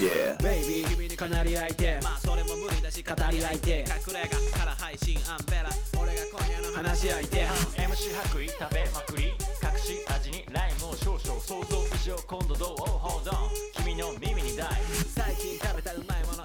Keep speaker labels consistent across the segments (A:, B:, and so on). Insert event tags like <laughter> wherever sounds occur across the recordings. A: Yeah
B: ベイビー君にかなり相手
C: まあそれも無理だし語り合いて隠れ家から配信アンベラ俺が今夜の話し相手
D: MC 白衣食べまくり隠し味にライムを少々想像以上今度どう Hold on 君の耳に大
C: 最近食べたうまいもの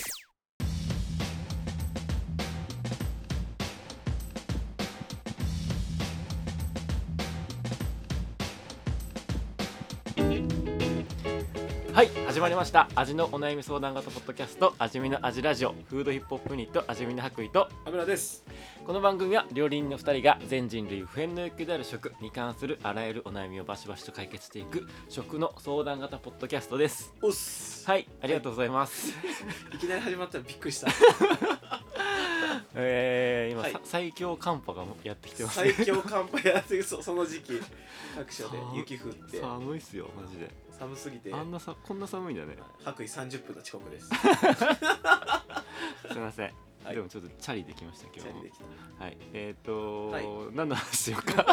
E: はい始まりました味のお悩み相談型ポッドキャスト味見の味ラジオフードヒップホップユニット味見の白衣と
A: 油です
E: この番組は料理人の2人が全人類不変の欲求である食に関するあらゆるお悩みをバシバシと解決していく食の相談型ポッドキャストです
A: おっす
E: はいありがとうございます、
A: いきなり始まったらびっくりした
E: えー、今、
A: はい
E: さ最強寒波がやってきてます
A: 最強寒波やってそその時期各所で
E: 寒い
A: 雪降って
E: 寒いっすよマジで
A: 寒すぎて
E: あ
A: 白
E: んなさこんな寒いんだね
A: 衣30分の遅刻です
E: すいません、
A: はい
E: でもちょっとチャリできました
A: チ
E: 今
A: ャ
E: 日
A: リ
E: も
A: できた
E: はいえっ、ー、と
A: はい
E: 何の話しようか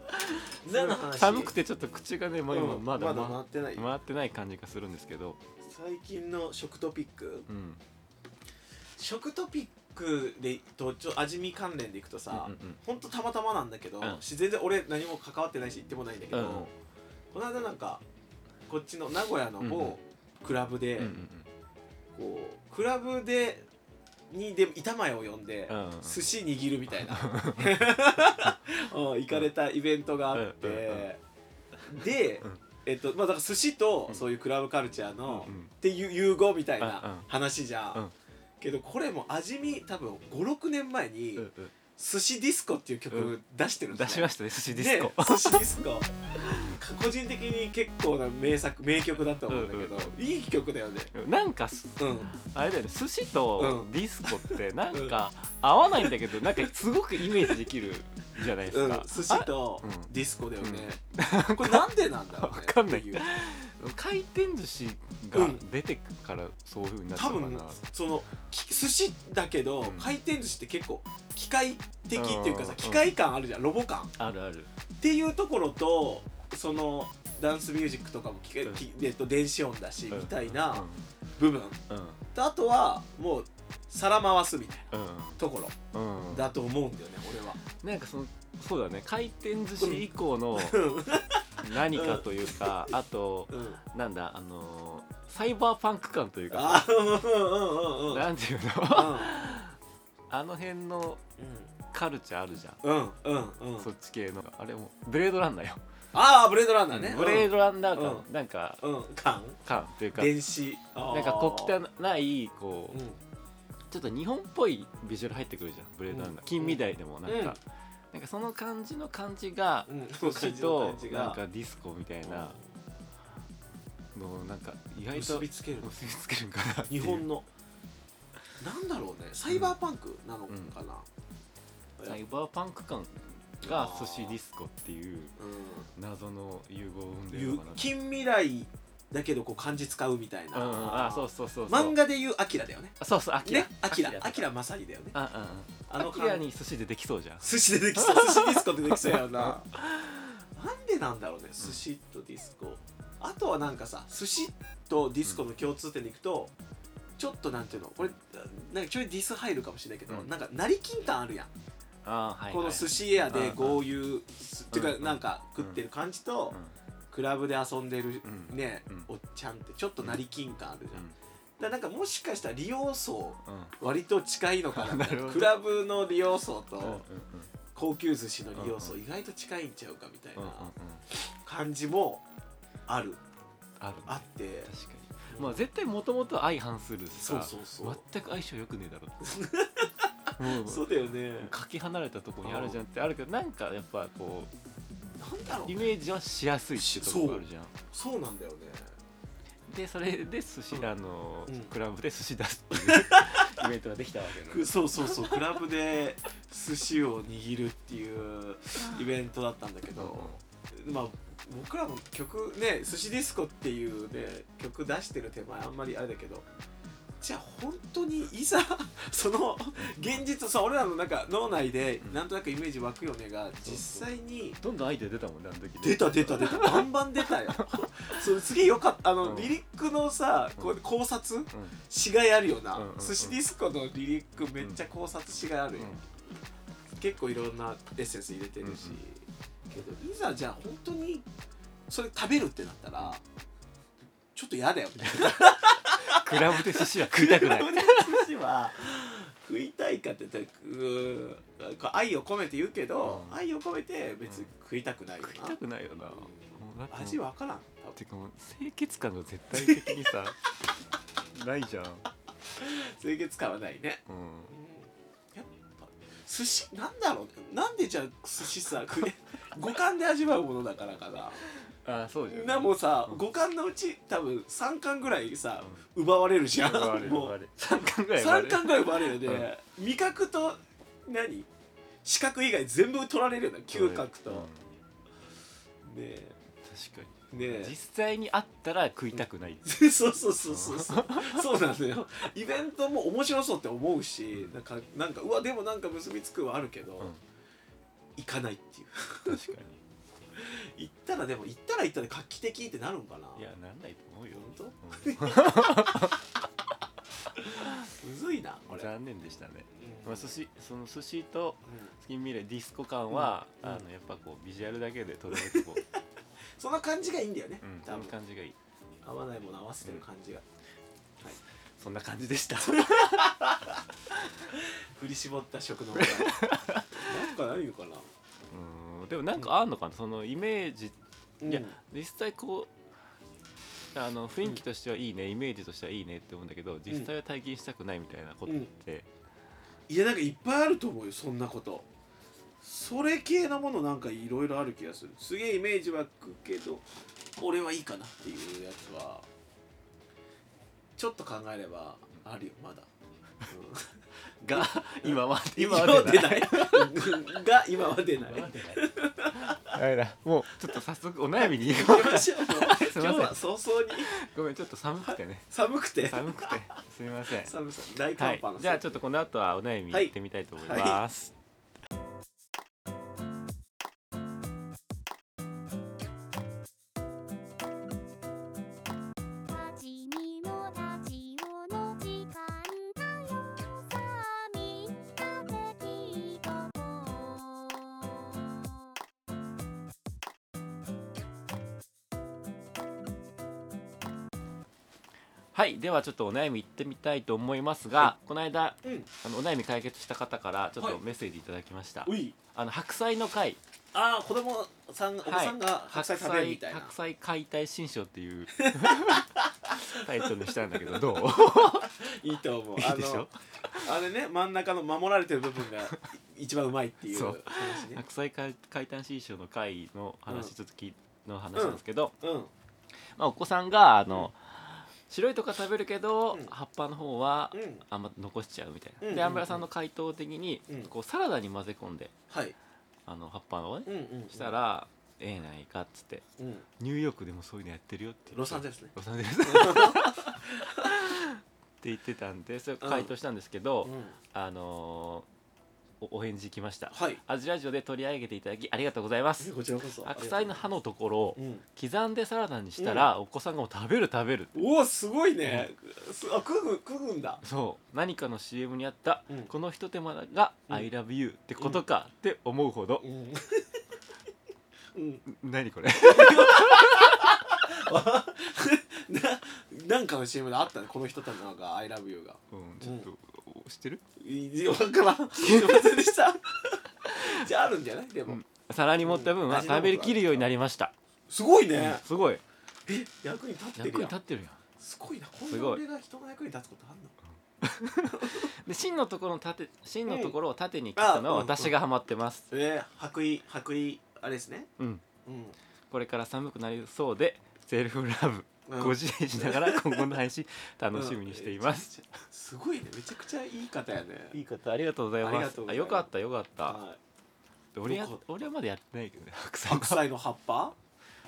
A: <laughs> 何の話
E: 寒くてちょっと口がね、まあ、今
A: うん
E: まだ,、
A: まだ回ってない
E: 回ってない感じがするんですけど、
A: 最近の食トピック
E: うん、
A: 食トピックでとちょ味見関連でいくとさ、
E: うんうんうん
A: ほんとたまたまなんだけど、
E: うん
A: 自然で俺何も関わってないし行ってもないんだけど、
E: うんうん
A: この間なんかこっちの名古屋の
E: うんうん
A: 某クラブで、
E: うんうん
A: こうクラブでにで板前を呼んで、
E: うんうん
A: 寿司握るみたいなうん行かれたイベントがあって、
E: うんうん
A: で、
E: うん
A: えっとまあ、だから寿司と
E: うん
A: そういうクラブカルチャーの、
E: うんうん
A: っていう融合みたい
E: うんうん
A: な話じゃん、
E: うん
A: けどこれも味見多分56年前に
E: うんうん
A: 「寿司ディスコ」っていう
E: う
A: 曲出してるんで
E: 出
A: す
E: し
A: ね
E: ましたね寿司ディスコ、
A: ね寿司ディスコ <laughs> 個人的に結構な名作名曲だと思うんだけど、
E: うん
A: いい曲だよね
E: <laughs> なんかす
A: うん
E: あれだよね寿司と
A: うん
E: ディスコってなんか合わないんだけどなんかすごくイメージできるじゃないです
A: うん
E: か、
A: 寿司と
E: うん
A: ディスコだよね、これなんでなんだろうね
E: わかんない
A: っていう
E: あ回転寿司が出てからそういうふうになった
A: 多
E: のかな、
A: 分そのき寿司だけど、
E: うん
A: 回転寿司って結構機械的っていうかさ
E: うん
A: 機械感あるじゃんロボ感
E: あるある
A: っていうところとそのダンスミュージックとかもき、
E: うん
A: きえっと、電子音だし、
E: うん
A: みたいな部分
E: うんうん
A: とあとはもう皿回すみたいな
E: う
A: ところ
E: んうん
A: だと思うんだよね俺は
E: なんかそのそうだね回転寿司以降の何かというか、あと
A: うん
E: なんだあのーサイバーパンク感というか
A: あうんうんうんうんうん
E: なんていうのあの辺のカルチャーあるじゃん
A: うんうんうんう
E: そ
A: ん
E: っち系のあれもブレードランナーよ、
A: ああブレードランナーね
E: ブレードランナー感、
A: う
E: なんか
A: うん感
E: 感というか
A: 電子
E: なんかこう汚いこう、
A: うん
E: ちょっと日本っぽいビジュアル入ってくるじゃんブレードランナー、
A: うん
E: 近未来でもなんか、
A: うん
E: なんかその感じの感じが、
A: うん
E: 寿司と
A: 感じの
E: なん
A: 感じ
E: かディスコみたいなのなんか意
A: が
E: 外
A: 結
E: と
A: びつける
E: 結びつけるんかなって
A: 日
E: いう
A: 本のなんだろうねサイバーパンクなのかな
E: サイバーパンク感が寿司ディスコっていう
A: うん
E: 謎の融合を生んでる
A: ゆ
E: のかな
A: 近未来だけどこう漢字使うみたいな、
E: うんうん、あそうそうそうそう
A: 漫画でいうアキラだよね
E: あそうそうアキラ
A: ねアキラ
E: とか
A: アキラまさりだよね
E: あああ
A: あの
E: アキラに寿司でできそうじゃん
A: 寿司出てき <laughs> そう寿司ディスコ出てきそうやななんでなんだろうね寿司とディスコあとはなんかさ寿司とディスコの共通点でいくと、ちょっとなんていうのこれなんかちょいディス入るかもしれないけど、
E: うん
A: なんか成金感あるやん、
E: あーはいはい
A: この寿司屋
E: うん
A: で
E: うん
A: こういう、っていう
E: う
A: か
E: ん
A: なんか食ってる感じと、クラブで遊んでる
E: うん
A: ね、
E: うん
A: おっちゃんってちょっと成金感あるじゃん、だからなんかもしかしたら利用層
E: うんうん
A: 割と近いのかな
E: <laughs> なるほど
A: クラブの利用層と、
E: うんうん
A: 高級寿司の利用層
E: う
A: 意外と近いんちゃうかみたい
E: うんうんうん
A: な感じもある
E: ある
A: あって
E: 確かにまあ絶対もともと相反するし
A: そう
E: さ
A: そうそう
E: 全く相性良くねえだろうもう
A: そうだよね
E: かけ離れたとこにあるじゃんってあるけどなんかやっぱこう
A: なんだろ
E: イ
A: う
E: メージはしやすいってとこがあるじゃん
A: そうなんだよね
E: でそれで寿司、
A: うん
E: あの
A: うん
E: クラブで寿司出すっていうイベントができたわけ
A: くそうそうそうクラブで寿司を握るっていうイベントだったんだけどまあ僕らも曲ね寿司ディスコっていうね曲出してる手前あんまりあれだけどじゃあ本当にいざ <laughs> その現実さ俺らのなんか脳内でなんとなくイメージ湧くよねが実際に
E: どんどんアイデア出たもんねあの時ね
A: 出た出た
E: <laughs>
A: 出たバンバン出たよそれすげえよかったあの、
E: うん
A: リリックのさこう
E: うん
A: 考察
E: うん
A: しがいあるよな、
E: うんうんうん
A: 寿司ディスコのリリックめっちゃ考察しがいあるよ、結構いろんなエッセンス入れてるし、けどいざじゃあ本当にそれ食べるってなったらちょっと嫌だよみたいな
E: クラブで寿司は食いたくない
A: <laughs> 寿司は食いたいかって言ったらうーこう愛を込めて言うけど、
E: うん
A: 愛を込めて別に食いたくないよ
E: 食い
A: な、
E: たくないよなもうだってもう
A: 味わからん多分
E: てかもう清潔感が絶対的に <laughs> さないじゃん、うん、
A: 清潔感はないねやっぱ寿司なんだろうねなんでじゃあ寿司さ食
E: <laughs>
A: え五感で味わうものだからかな
E: あそうじゃん
A: なもうさ、
E: うん
A: 五感のうち多分3巻ぐらいさ、奪われるじゃん
E: 奪われる奪
A: も
E: わ
A: う
E: れる3巻ぐらい奪わ
A: 3
E: れる
A: 巻ぐらい奪われるよね、味覚と何視覚以外全部取られるよね嗅覚と、
E: うん
A: ね
E: 確
A: え
E: か
A: ね
E: に
A: え
E: 実際にあったら食いたくない
A: <laughs> そうそうそうそうそうそうなのよイベントも面白そうって思うしなんかなんかうわでもなんか結びつくはあるけど、
E: うん
A: 行かないっていう
E: 確か
A: 行ったらでも行ったら行ったら画期的ってなるんかな
E: <laughs> にいやなんないと思うよ
A: 本
E: うん
A: 当むずいなこれ、
E: 残念でしたね、
A: うん
E: まあ、寿司その寿司と
A: うん
E: スキンミレーディスコ感は、
A: うん
E: あのやっぱこうビジュアルだけでとどめてこ <laughs> う、
A: その感じがいいんだよね、
E: うん、そ
A: 多
E: の
A: 分
E: 感じがいい
A: 合わないもの合わせてる感じが、
E: そんな感じでした <laughs>
A: 振り絞った食
E: <laughs>
A: の話題なんかないのかな、
E: うんでもなんかあんのかなそのイメージいや
A: うん
E: 実際こうあの雰囲気としてはいいね、イメージとしてはいいねって思うんだけど実際は体験したくないみたいなことって、
A: いやなんかいっぱいあると思うよそんなことそれ系のものなんかいろいろある気がするすげえイメージ湧くけど俺はいいかなっていうやつはちょっと考えればあるよまだ、うん
E: <laughs> が今は
A: 今は
E: は
A: 出ないが今は出ない
E: 今は出ないあ <laughs> れだもうちょっと早速お悩みに行こ
A: 行きましょう
E: せん
A: 今日は早々に
E: うごめんちょっと寒くてね
A: 寒くて
E: 寒くてすみません
A: 寒さ大
E: は
A: 寒
E: い
A: 波の、、
E: じゃあちょっとこの後はお悩み
A: はい
E: 行ってみたいと思います、
F: 立ちにも立ちよの時間だよさあみんなで聞いとこう
E: はいではちょっとお悩み行ってみたいと思いますが、この間
A: うん
E: あのお悩み解決した方からちょっ
A: は
E: と
A: い
E: メッセージいただきました、
A: うい
E: あの白菜の会
A: ああ子供さんお子さんが白菜食べるみたいな、
E: 白菜解体新書って
A: <laughs>
E: いうタイトルにしたんだけどどう
A: い、いと思う
E: いいでしょ
A: あれね真ん中の守られてる部分がい一番うまいっていう
E: そ
A: 話
E: う
A: ね
E: 白菜解解体新書の会の話続きの話なんですけど、
A: うん
E: まあ、お子さんがあの、白いとか食べるけど、
A: うん
E: 葉っぱの方は、
A: うん
E: あんま残しちゃうみたいな、
A: うんうんうん
E: でアンブラさんの回答的に、
A: うん
E: こうサラダに混ぜ込んで
A: はい
E: あの葉っぱをね、
A: うんうん
E: したらええないかっつって
A: うん
E: ニューヨークでもそういうのやってるよって言って
A: ロサンゼルスね
E: ロサンゼ
A: <laughs>
E: ルスって言ってたんでそれ回答したんですけど、
A: うん
E: あのーおお返事来ました
A: はい
E: アジラジオで取り上げていただきありがとうございます
A: こちらこそ
E: 白菜の葉のところを
A: うん
E: 刻んでサラダにしたら、お子さんがもう食べる食べる
A: おおすごいねすあ食う食うんだ
E: そう何かの CM にあった、
A: うん
E: このひと手間が「
A: うん
E: ILOVEYOU」ってことかって思うほど
A: う、んうん
E: 何これ
A: な <laughs> なんかの CM であったねこの人たちなんか「ILOVEYOU」が
E: うんちょっと、お知ってる
A: いわからんすいませんでした <laughs> じゃああるんじゃないでも、
E: うん皿に盛った分
A: うん
E: は
A: 味の素
E: 食べきるようになりました、
A: すごいね、
E: すごい
A: え役に立って
E: 役
A: る
E: に
A: やん
E: 立ってるやん
A: すごいなこん
E: す
A: な
E: ごい
A: 俺が人の役に立つことあんの
E: で芯のところの縦芯のところを縦に切ったのは
A: うんあ
E: 私がハマってます、
A: えー、白衣白衣あれですね
E: うん、
A: うん
E: これから寒くなりそうでセルフラブ
A: うん
E: ご自愛しなが <laughs> ら今後の配信楽しみにしています、
A: うんえーすごいねめちゃくちゃいい方やね
E: いいことありがとうござい
A: あり
E: ま
A: が
E: す
A: とうございま
E: あよ
A: す
E: かったよかった
A: はい
E: 俺や
A: よかった
E: 俺はまだやってないけどね白菜
A: 白
E: が
A: 菜の葉っぱ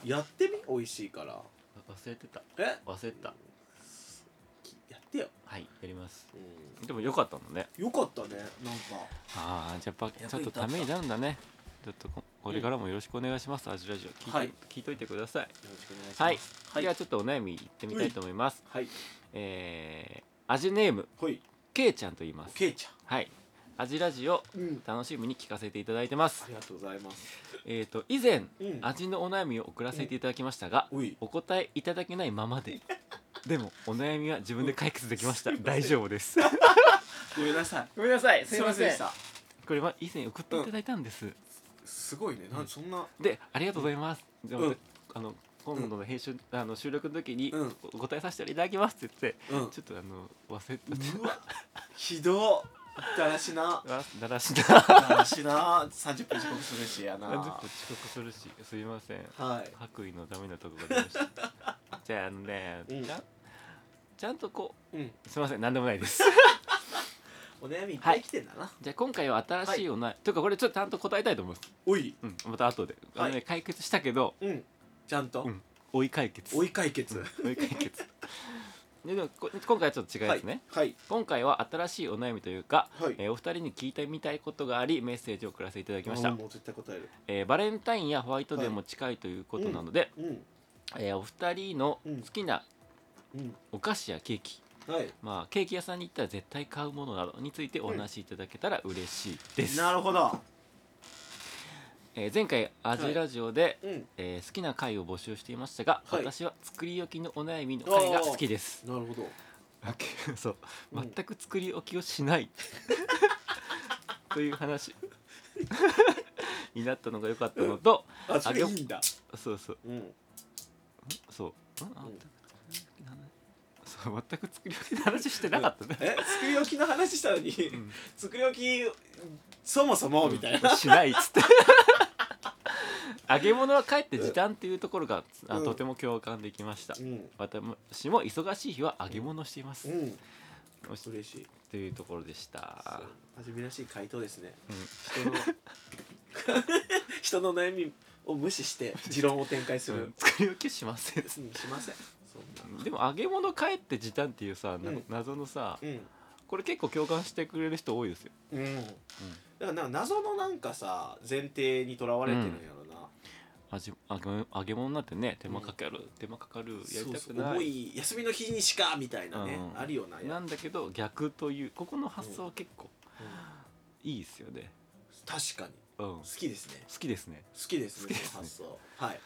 A: やってみ美味しいから
E: 忘れてた
A: え
E: 忘れてた
A: きやってよ
E: はいやりますでも良かったのね
A: よかったねなんか
E: ああじゃあやっぱちょっとためになるんだねちょっとここれからもよろしくお願いします、アジラジオ聞い,、
A: はい
E: 聞いといてください
A: よろしくお願いします
E: はい、
A: はい
E: ではちょっとお悩みいってみたいと思います
A: はい
E: えー、アジネーム
A: ほい
E: K ちゃんと言います
A: ケイち
E: はいアジラジオ
A: ゃんうん
E: 楽しみに聞かせていただいてま
A: あ
E: す
A: りがとうございます
E: えっ、と以前
A: うん
E: 味のお悩みを送らせていただきましたが、
A: おい
E: お答えいただけないま
A: <laughs>
E: まででもお悩みは自分で解決できました大丈夫です
A: ごめんなさい
E: ごめんなさい
A: すいませんでした
E: これは以前送っていただいたんです、
A: すごいねなんそんな
E: でありがとうございます、でも
A: うん
E: あの今度の編集、あの収録の時に、
A: うん
E: お答えさせていただきますって言って
A: うん
E: ちょっとあの忘れて
A: う
E: <laughs>
A: わひどっだらしな
E: あだらし <laughs> な
A: だらしな30分遅刻するしやな
E: 30分遅刻するしすいません
A: はい
E: 白衣のダメなとこが出ま
A: <laughs>
E: したじゃああのね、
A: うん
E: ちゃんちゃんとこ
A: うん
E: うすいません何でもないです
A: お悩みいっぱい来てんだな
E: じゃあ今回は新しいおな、というかこれちょっとちゃんと答えたいと思います
A: おい
E: うん、また後で、あのね
A: はい
E: 解決したけど
A: うんちゃんと
E: うん追い解決
A: 追い解決
E: 追い解決 <laughs> ででもこ今回はちょっと違い
A: は
E: で
A: い
E: すね、
A: はい
E: 今回は新しいお悩みというか、
A: はい
E: えーお二人に聞いてみたいことがありメッセージを送らせていただきました
A: あ、もう絶対答える
E: えーバレンタインやホワイトデーも近いということなので、
A: うん
E: えーお二人の好きな
A: うん
E: お菓子やケーキ、
A: はい
E: まあ、ケーキ屋さんに行ったら絶対買うものなどについてお話しいただけたら嬉しいです、
A: なるほど
E: えー前回アジラジオで、
A: うん
E: えー好きな回を募集していましたが、
A: はい
E: 私は作り置きのお悩みの回が好きです
A: なるほど
E: <laughs> そう
A: うん
E: 全く作り置きをしない <laughs> という話 <laughs> になったのが良かったのと
A: あそれいいんだ
E: そうそう
A: うん
E: そう、んあ
A: うん
E: そう全く作り置きの話してなかったね、
A: え作り置きの話したのに
E: うん
A: <laughs> 作り置きそもそもみたいな
E: しないっつって揚げ物はかえって時短っていうところが、あ
A: うん
E: とても共感できました、
A: うん
E: 私も忙しい日は揚げ物をしています、
A: うん
E: おし
A: 嬉しい
E: というところでした
A: そう真面目らしい回答ですね
E: うん
A: 人の <laughs> 人の悩みを無視して持論を展開す
E: う
A: る
E: ん、作り置きしません
A: うんしませんそんな
E: でも揚げ物帰って時短っていうさ、な
A: うん
E: 謎のさ
A: うん
E: これ結構共感してくれる人多いですよ
A: うんだからなんか謎のなんかさ前提にとらわれてるんやろな、
E: 味揚げ揚げ物なんてね手間かかる、手間かかるやり
A: そう
E: た
A: そ
E: く
A: う
E: な
A: 重
E: い
A: い休みの日にしかみたいなね、
E: うん
A: あるようなや
E: なんだけど逆というここの発想は結構
A: うん
E: いいですよね
A: 確かに
E: うん好
A: 好きですね
E: きですね
A: 好きです
E: 好き
A: ね
E: ですね
A: この発想はい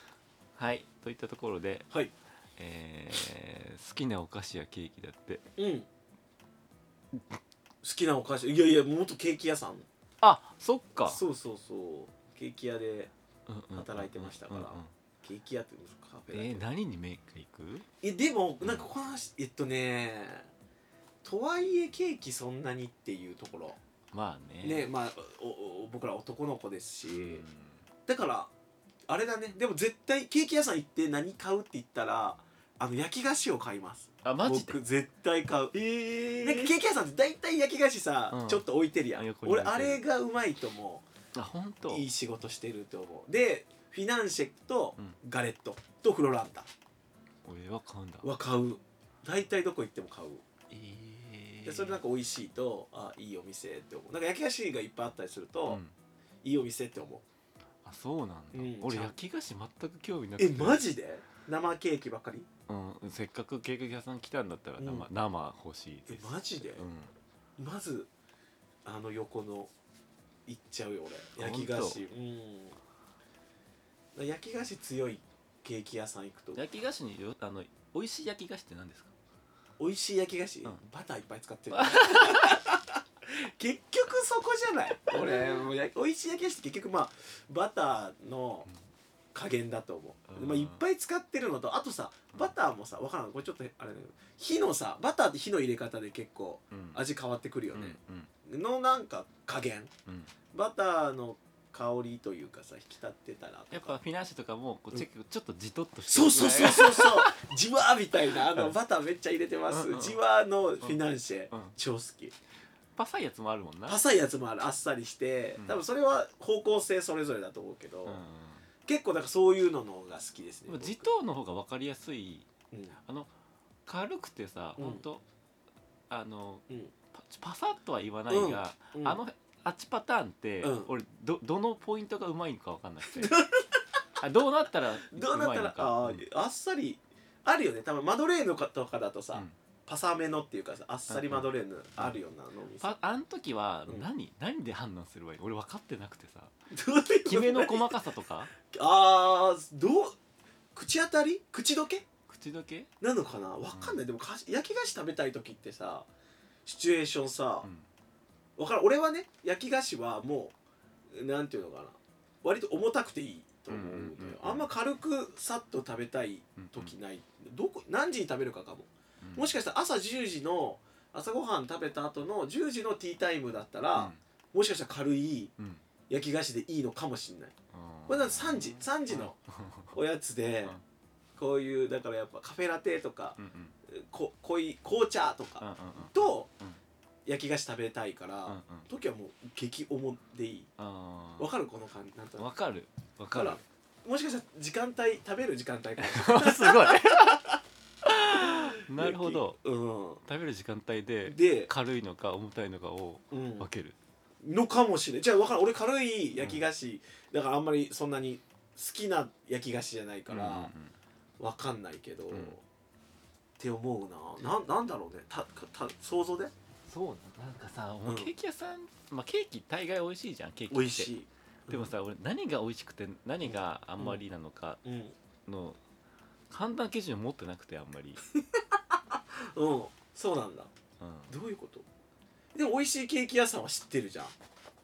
E: はいといったところで、
A: はい
E: えー好きなお菓子やケーキだって
A: うん好きなお菓子いやいや元ケーキ屋さん
E: あそっか
A: そうそうそうケーキ屋で
E: うんうん
A: 働いてましたからケーキ屋っていうのカフェだけ
E: え
A: ど
E: ー何にメイク行く
A: えでもなんかこの話えっとねとはいえケーキそんなにっていうところ
E: まあね
A: ねまあおお僕ら男の子ですし、
E: うん
A: だからあれだねでも絶対ケーキ屋さん行って何買うって言ったらあの焼き菓子を買います
E: あマジで
A: 僕絶対買う
E: え
A: なんかケーキ屋さんって大体焼き菓子さ、
E: うん
A: ちょっと置いてるやん
E: 横に置
A: 俺
E: いてる
A: あれがうまいと思
E: あ本当
A: ういい仕事してると思うでフィナンシェと
E: うん
A: ガレットとフロランタ
E: 俺は買うんだ
A: は買う大体どこ行っても買う
E: え
A: でそれなん
E: か、
A: か美味しいとあいいお店って思うなんか焼き菓子がいっぱいあったりする
E: う
A: と、
E: ん
A: いいお店って思
E: あそうなんだ、
A: うん
E: 俺
A: ちゃん
E: 焼き菓子全く興味な
A: う
E: くて
A: えマジで生ケーキばっかり
E: うん、せっかくケーキ屋さん来たんだったら生,、
A: うん
E: 生欲しい
A: え
E: です
A: マジで
E: う、ん
A: まずあの横の行っちゃうよ俺
E: あ
A: 焼き菓
E: ほんと
A: 子うんだから焼き菓子強いケーキ屋さん行くと
E: 焼き菓子によあの美味しい焼き菓子って何ですか
A: 美味しい焼き菓子、
E: ん
A: バターいっぱい使ってる <laughs> 結局そこじゃない俺もうや美味しい焼き菓子って結局まあバターの加減だと思う、
E: うん
A: まあ、いっぱい使ってるのとあとさバターもさ分からんこれちょっとあれだけど火のさバターって火の入れ方で結構
E: うん
A: 味変わってくるよ
E: うん
A: ね、
E: うん
A: のなんか加減
E: うん、
A: バターの香りというかさ引き立ってたらとか
E: やっぱフィナンシェとかもこうチェック、ちょっとじとっとして
A: そうそうそう
E: う
A: そうそうじわーみたいなあのバターめっちゃ入れてます
E: うんうん
A: じわーのフィナンシェ、
E: うん
A: 超好き
E: パサいやつもあるもんな
A: ダサいやつもあるあっさりして、
E: うん
A: 多分それは方向性それぞれだと思うけど、
E: うん
A: 結構なんかそういうのの方が好きです
E: で
A: ね
E: も地頭の方が分かりやすい
A: 僕うん
E: 軽くてさ、
A: うん
E: ほんとあの
A: うん
E: パパサッとは言わないが、
A: うん
E: あのあっちパターンって、
A: うん
E: 俺どどのポイントがうまいのか分かんなくて
A: <laughs>
E: あどうなったら
A: どうなったらあ
E: うまいのか
A: ーあっさりあるよね多分マドレーヌとかだとさ、
E: うん
A: パサめのっていうかさあっさりマドレーヌあるよなのみさ、
E: パあの時は
A: うん
E: 何、何で判断すればいいの俺分かってなくてさ
A: <laughs> どういうこと
E: キメの細かさ
A: <laughs>
E: とか
A: あーどう口当たり口どけ
E: 口どけ、
A: なのかなわかんない、でもか焼き菓子食べたい時ってさシチュエーションさ
E: う、ん
A: わからん俺はね焼き菓子はもうなんていうのかな割と重たくていいと思うので、
E: うんうんうんうん
A: あんま軽くさっと食べたい
E: うん
A: 時ない、どこ何時に食べるかかも、
E: うん
A: もしかしたら朝10時の朝ごはん食べた後の10時のティータイムだったら、もしかしたら軽い
E: うんうん
A: 焼き菓子でいいのかもしれない
E: あー
A: これだって3時3時のおやつで
E: うん
A: こういうだからやっぱカフェラテとか
E: うんうんうん
A: こ濃い紅茶と
E: うん
A: か
E: うん
A: と
E: うん
A: 焼き菓子食べたいから、
E: うんうん
A: 時はもう激重でいい
E: あー
A: わかるこの感じなんとなく
E: わかるわかる
A: だらもしかしたら時間帯食べる時間帯かもしれ
E: すごいなるほど
A: ど、
E: 食べる時間帯
A: う
E: で
A: ん、で、
E: 軽いのか重たいのかを
A: うん
E: 分ける、
A: のかもしれないじゃあ分かる俺軽い焼き菓子、だからあんまりそんなに好きな焼き菓子じゃないから、
E: うんうん
A: わかんないけど、
E: ん
A: って思うなななんだろうねたた想像で
E: そうななんかさ、もううんケーキ屋さん、まあ、ケーキ大概美味しいじゃんケーキって
A: 美味しい
E: でもさ俺何が美味しくて何があんまりなのか
A: うん、
E: の判断基準を持ってなくてあんまり、
A: うん、そうなんだ
E: う
A: どういうことでも美味しいケーキ屋さんは知ってるじゃ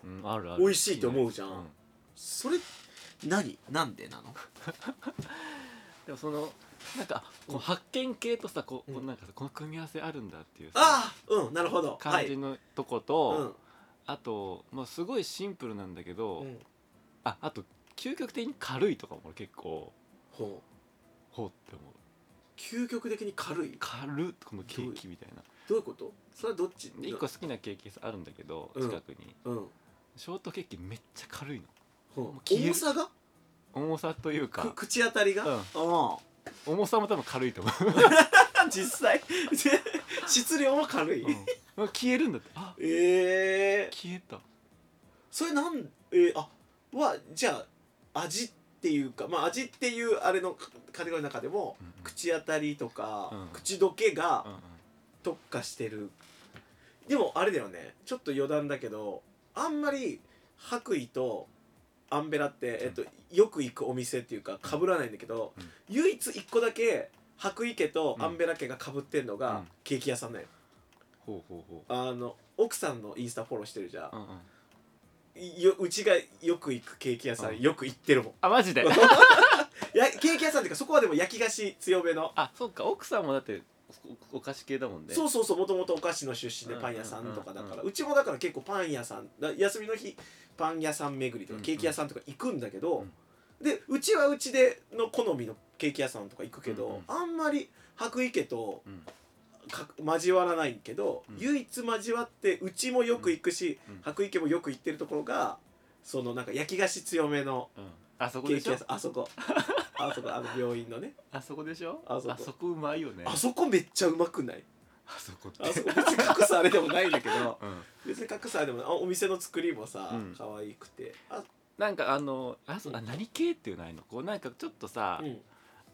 A: ん
E: んうん、あるある
A: 美味しいと思うじゃん
E: うん
A: それ何なんでなの
E: でもそのなんかこの発見系とさこう
A: うん
E: こうなんかさこの組み合わせあるんだっていうさ
A: ああうんなるほどは
E: 感
A: い
E: じ
A: うん
E: のとこと、あと、まあ、すごいシンプルなんだけど、
A: うん
E: ああと究極的に軽いとかも俺結構
A: ほう
E: ほうって思う
A: 究極的に軽い
E: 軽っこのケーキみたいな
A: どういうことそれはどっち
E: で1個好きなケーキあるんだけど
A: うん
E: 近くに、
A: うん
E: ショートケーキめっちゃ軽いの
A: ほう
E: 消える
A: 重さが
E: 重さという
A: く
E: か
A: 口当たりが
E: うん
A: う
E: 重さも多分軽いと思う、
A: ん実際 <laughs> 質量も軽い
E: うん <laughs> 消えるんだってあ
A: ええ
E: 消えた
A: それなんえー、あはじゃあ味っていうかまあ味っていうあれのカカテゴリーの中でも
E: うんうん
A: 口当たりとか、
E: うん
A: 口どけ
E: うん
A: が
E: うん
A: 特化してる、でもあれだよねちょっと余談だけどあんまり白衣とアンベラって、えっと、よく行くお店っていうか被らないんだけど、
E: うん
A: 唯一一個だけ白衣家とアンベラ家が被ってんのが、
E: うん
A: ケーキ屋さんだよ
E: ほうほうほ
A: あの奥さんのインスタフォローしてるじゃん
E: う、うんうん
A: ようちがよく行くケーキ屋さん、
E: うん
A: よく行ってるもん
E: あマジ
A: <laughs>
E: で
A: やケーキ屋さんっていうかそこはでも焼き菓子強めの、
E: あそっか奥さんもだっておお菓子系だもんね
A: そううそうそうもともとお菓子の出身で
E: うん
A: パン屋さんとかだから、う
E: うん
A: ちもだから結構パン屋さんだ休みの日パン屋さん巡りと
E: う
A: か
E: ん
A: ケーキ屋さんとか行くんだけど、
E: うん
A: でうちはうちでの好みのケーキ屋さんとか行くけど、
E: うんうん
A: あんまり白衣家と
E: うん
A: か交わらないけど、
E: うん
A: 唯一交わってうちもよく行くし、
E: うん
A: 白衣家もよく行ってるところがそのなんか焼き菓子強めの
E: うん、あそこ
A: ケー
E: でし
A: キ
E: ょ
A: 屋さんあそこあそこあの病院のね
E: あそこでしょ
A: あそこ
E: うまいよね
A: あそこめっちゃうまくない
E: あそこって
A: あそこ別に格差あれでもないんだけど
E: うん、
A: 別に格差あれでもないあお店の作りもさ、
E: うん
A: 可愛くてあ
E: なんかあのあそうあ
A: ん
E: 何系っていうのないのこうなんかちょっとさ、
A: うん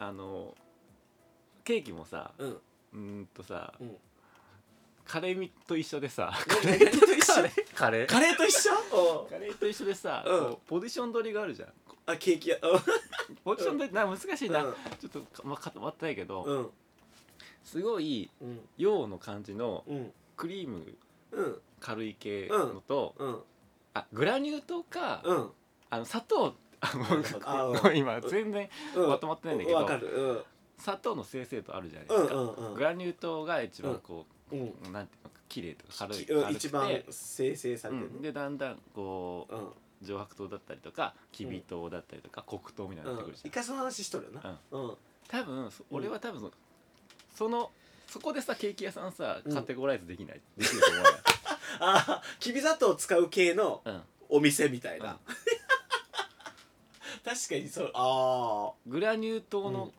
E: あのケーキもさ
A: うん
E: うーんとさ、
A: うん
E: カレーみと一緒でさ
A: カレーと一緒
E: カレー
A: カレーと一緒うん
E: カレーと一緒でさ、
A: うん
E: こうポジション取りがあるじゃんこ
A: あケーキ屋
E: うポジション取りな難しいな、
A: うん
E: ちょっとか、まあ、固まってないけど、
A: うん
E: すごい
A: うん
E: 洋の感じの
A: うん
E: クリーム
A: うん
E: 軽い系のと、
A: うん
E: あグラニュー糖か、
A: うん
E: あの砂糖 <laughs> あ
A: あ
E: の
A: うん
E: 今全然
A: うん
E: まとまってないんだけ
A: わか
E: ど
A: るうん
E: 砂糖の精製糖あるじゃないで
A: うん
E: す
A: う
E: か、
A: んうん
E: グラニュー糖が一番こ
A: う
E: う、
A: ん
E: なんていうのか綺麗とか軽い
A: き
E: 軽く
A: うん
E: て
A: 一番生成さ
E: う
A: れてる
E: ん、
A: ね
E: でだんだんこう
A: うん
E: 上白糖だったりとかきび糖だったりとか黒糖みたいになって
A: う
E: く
A: ん
E: るじゃ
A: 一
E: ん、
A: 回その話しとるよなうん
E: 多分そ
A: うん
E: 俺は多分そのそのそこでさケーキ屋さんさ
A: うん
E: カテゴライズできない、できると思わない
A: あーきび砂糖を使う系の
E: うん
A: お店みたいな、
E: うん
A: <laughs> 確かにそうあ
E: グラニュー糖
A: うん
E: の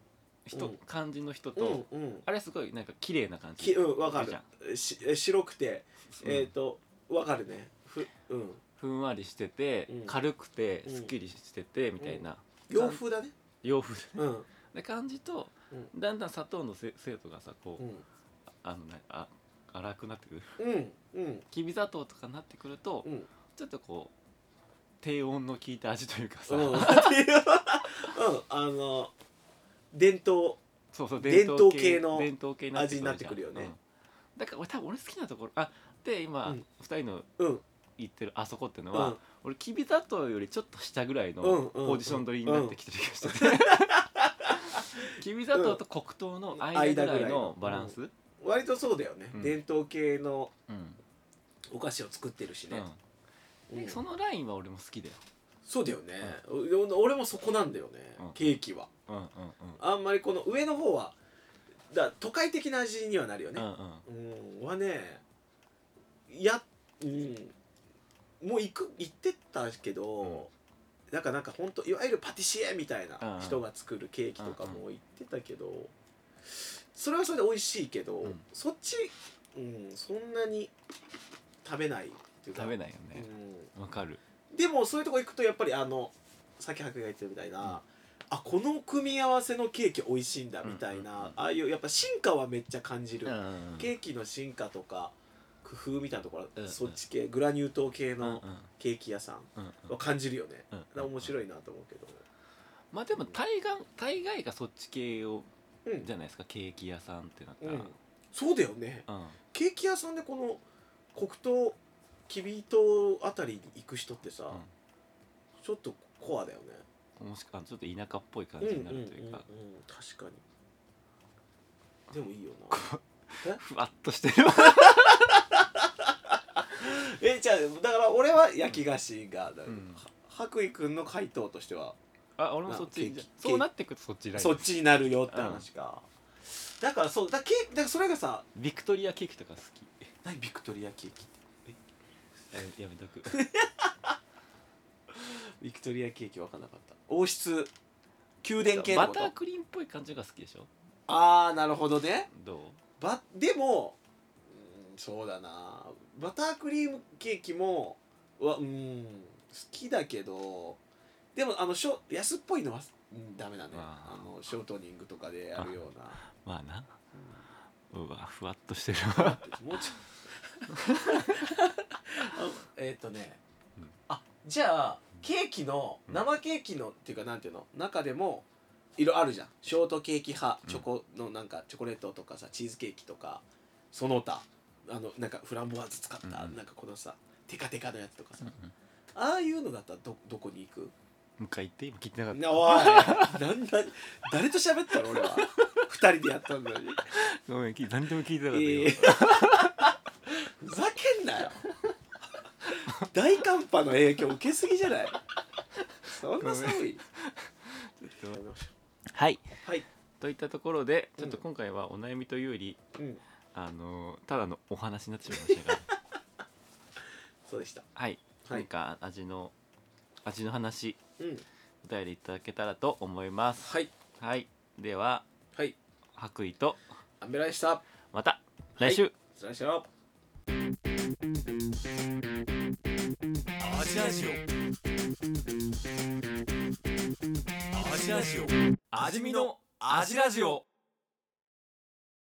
E: 人、
A: うん
E: 漢字の人と、
A: うんうん
E: あれすごいなんか綺麗な感
A: き
E: じ、
A: うんわか
E: いいじゃ
A: るしえ白くて
E: うん
A: えっ、とわかるねふうん
E: ふんわりしてて、
A: うん
E: 軽くて
A: うん
E: すっきりしてて、みたいな
A: 洋風だね
E: 洋風
A: うん
E: で感じと、
A: う
E: だんだん砂糖のせ生徒がさこう、
A: うん
E: あのねあ粗くなってくる
A: うんうん
E: きび砂糖とかになってくると、
A: うん
E: ちょっとこう低温の効いた味というかさ、
A: うんうんあの伝統
E: <laughs> そうそう
A: 伝統系の
E: 伝統系
A: 味になってくるよね
E: うんだから俺多分俺好きなところあで今、
A: う
E: 二
A: ん
E: 人の
A: うん
E: 言ってるあそこっての
A: う
E: は、
A: ん
E: 俺きび砂糖よりちょっと下ぐらいの
A: うんうん
E: ポジション取りになってきてる気がして <laughs> てきび砂糖と黒糖の間ぐらいのバランス、うん
A: 割とそうだよね、
E: うん
A: 伝統系のお菓子を作ってるし
E: う
A: ね
E: ん、
A: うん
E: でそのラインは俺も好きだよ、
A: そうだよね、お俺もそこなんだよね、
E: うん
A: ケーキは
E: うんうんうん
A: あんまりこの上の方はだ都会的な味にはなるよ
E: う
A: ね、
E: んうん
A: うん、はねや、うん、もう行く行ってったけど、なんかなんか本当いわゆるパティシエみたいな
E: うん
A: 人が作るケーキとかも行ってたけど、それはそれで美味しいけど、
E: うん
A: そっち、うん、そんなに食べないっていうか
E: 食べないよねわ、かる
A: うん、でもそういうとこ行くとやっぱりあの先博が言ってるみたいな、あこの組み合わせのケーキ美味しいんだみたいな、
E: うんうんうん
A: ああいうやっぱ進化はめっちゃ感じる、
E: うんうんうん
A: ケーキの進化とか工夫みたいなところ、
E: うんうん
A: そっち系グラニュー糖系
E: うんうん
A: のケーキ屋さん
E: うんうん
A: は感じるよね、
E: うんうん
A: だから面白いなと思うけど、
E: まあでも大概大概がそっち系を
A: うん
E: じゃないですかケーキ屋さんってなった
A: う
E: ら、
A: ん、そうだよね
E: うん
A: ケーキ屋さんでこの黒糖きび糖あたりに行く人ってさ、ちょっとコアだよね
E: もしくはちょっと田舎っぽい感
A: うん
E: じ
A: うん
E: にな
A: うんう
E: る
A: ん
E: というか、
A: 確かにでもいいよな
E: ふわっとしてる
A: えじゃあだから俺は焼き菓子がだから
E: うん
A: は白衣くんの回答としては
E: あ俺もそっ
A: ケーキ
E: ちじ
A: ケー
E: ゃ
A: キ
E: そうなってくとそっちライ
A: そ
E: ン
A: っちになるよって話か、だからそうだケーだからそれがさ
E: ビクトリアケーキとか好き
A: 何ビクトリアケーキって
E: やめとく
A: ビクトリアケーキ分かんなかった王室宮殿系の
E: <laughs> バ
A: こと
E: タークリームっぽい感じが好きでしょ
A: ああなるほどね
E: どう
A: ばでもうーんそうだなバタークリームケーキもはうーん好きだけどでもあのショ安っぽいのは、うん、ダメだねあ
E: あー
A: のショートニングとかでやるような
E: まあなうわふわっとしてる <laughs>
A: もうちょ <laughs> あのえーっ、とね、
E: うん
A: あじゃあケーキの
E: うん
A: 生ケーキのっていうかなんていうの中でも色あるじゃんショートケーキ派
E: うん
A: チョコのなんかチョコレートとかさチーズケーキとかその他あのなんかフランボワーズ使った、
E: うん
A: なんかこのさテカテカのやつとかさ、ああいうのだったらどどこに行く
E: 向かいって今聞いてなかっ
A: なおいなんだ誰と喋ったの俺は二人でやったんだよ
E: たごめんき何でも聞いてなかった
A: え
E: よ
A: えふざけんなよ大寒波の影響受けすぎじゃないそんな寒い
E: ちょっとはい
A: はい
E: といったところで
A: うん
E: ちょっと今回はお悩みというより、
A: うん
E: あのただのお話になってしまいま <laughs> したが
A: そうでした
E: はい、
A: は
E: 何
A: い
E: か味の味の話
A: うん
E: お便りいただけたらと思います
A: はい
E: はい、では
A: はい
E: 白衣と
A: アンベラでした
E: また来週、
A: 失礼しろ
C: アジラジオアジラジオ味見のアジラジオ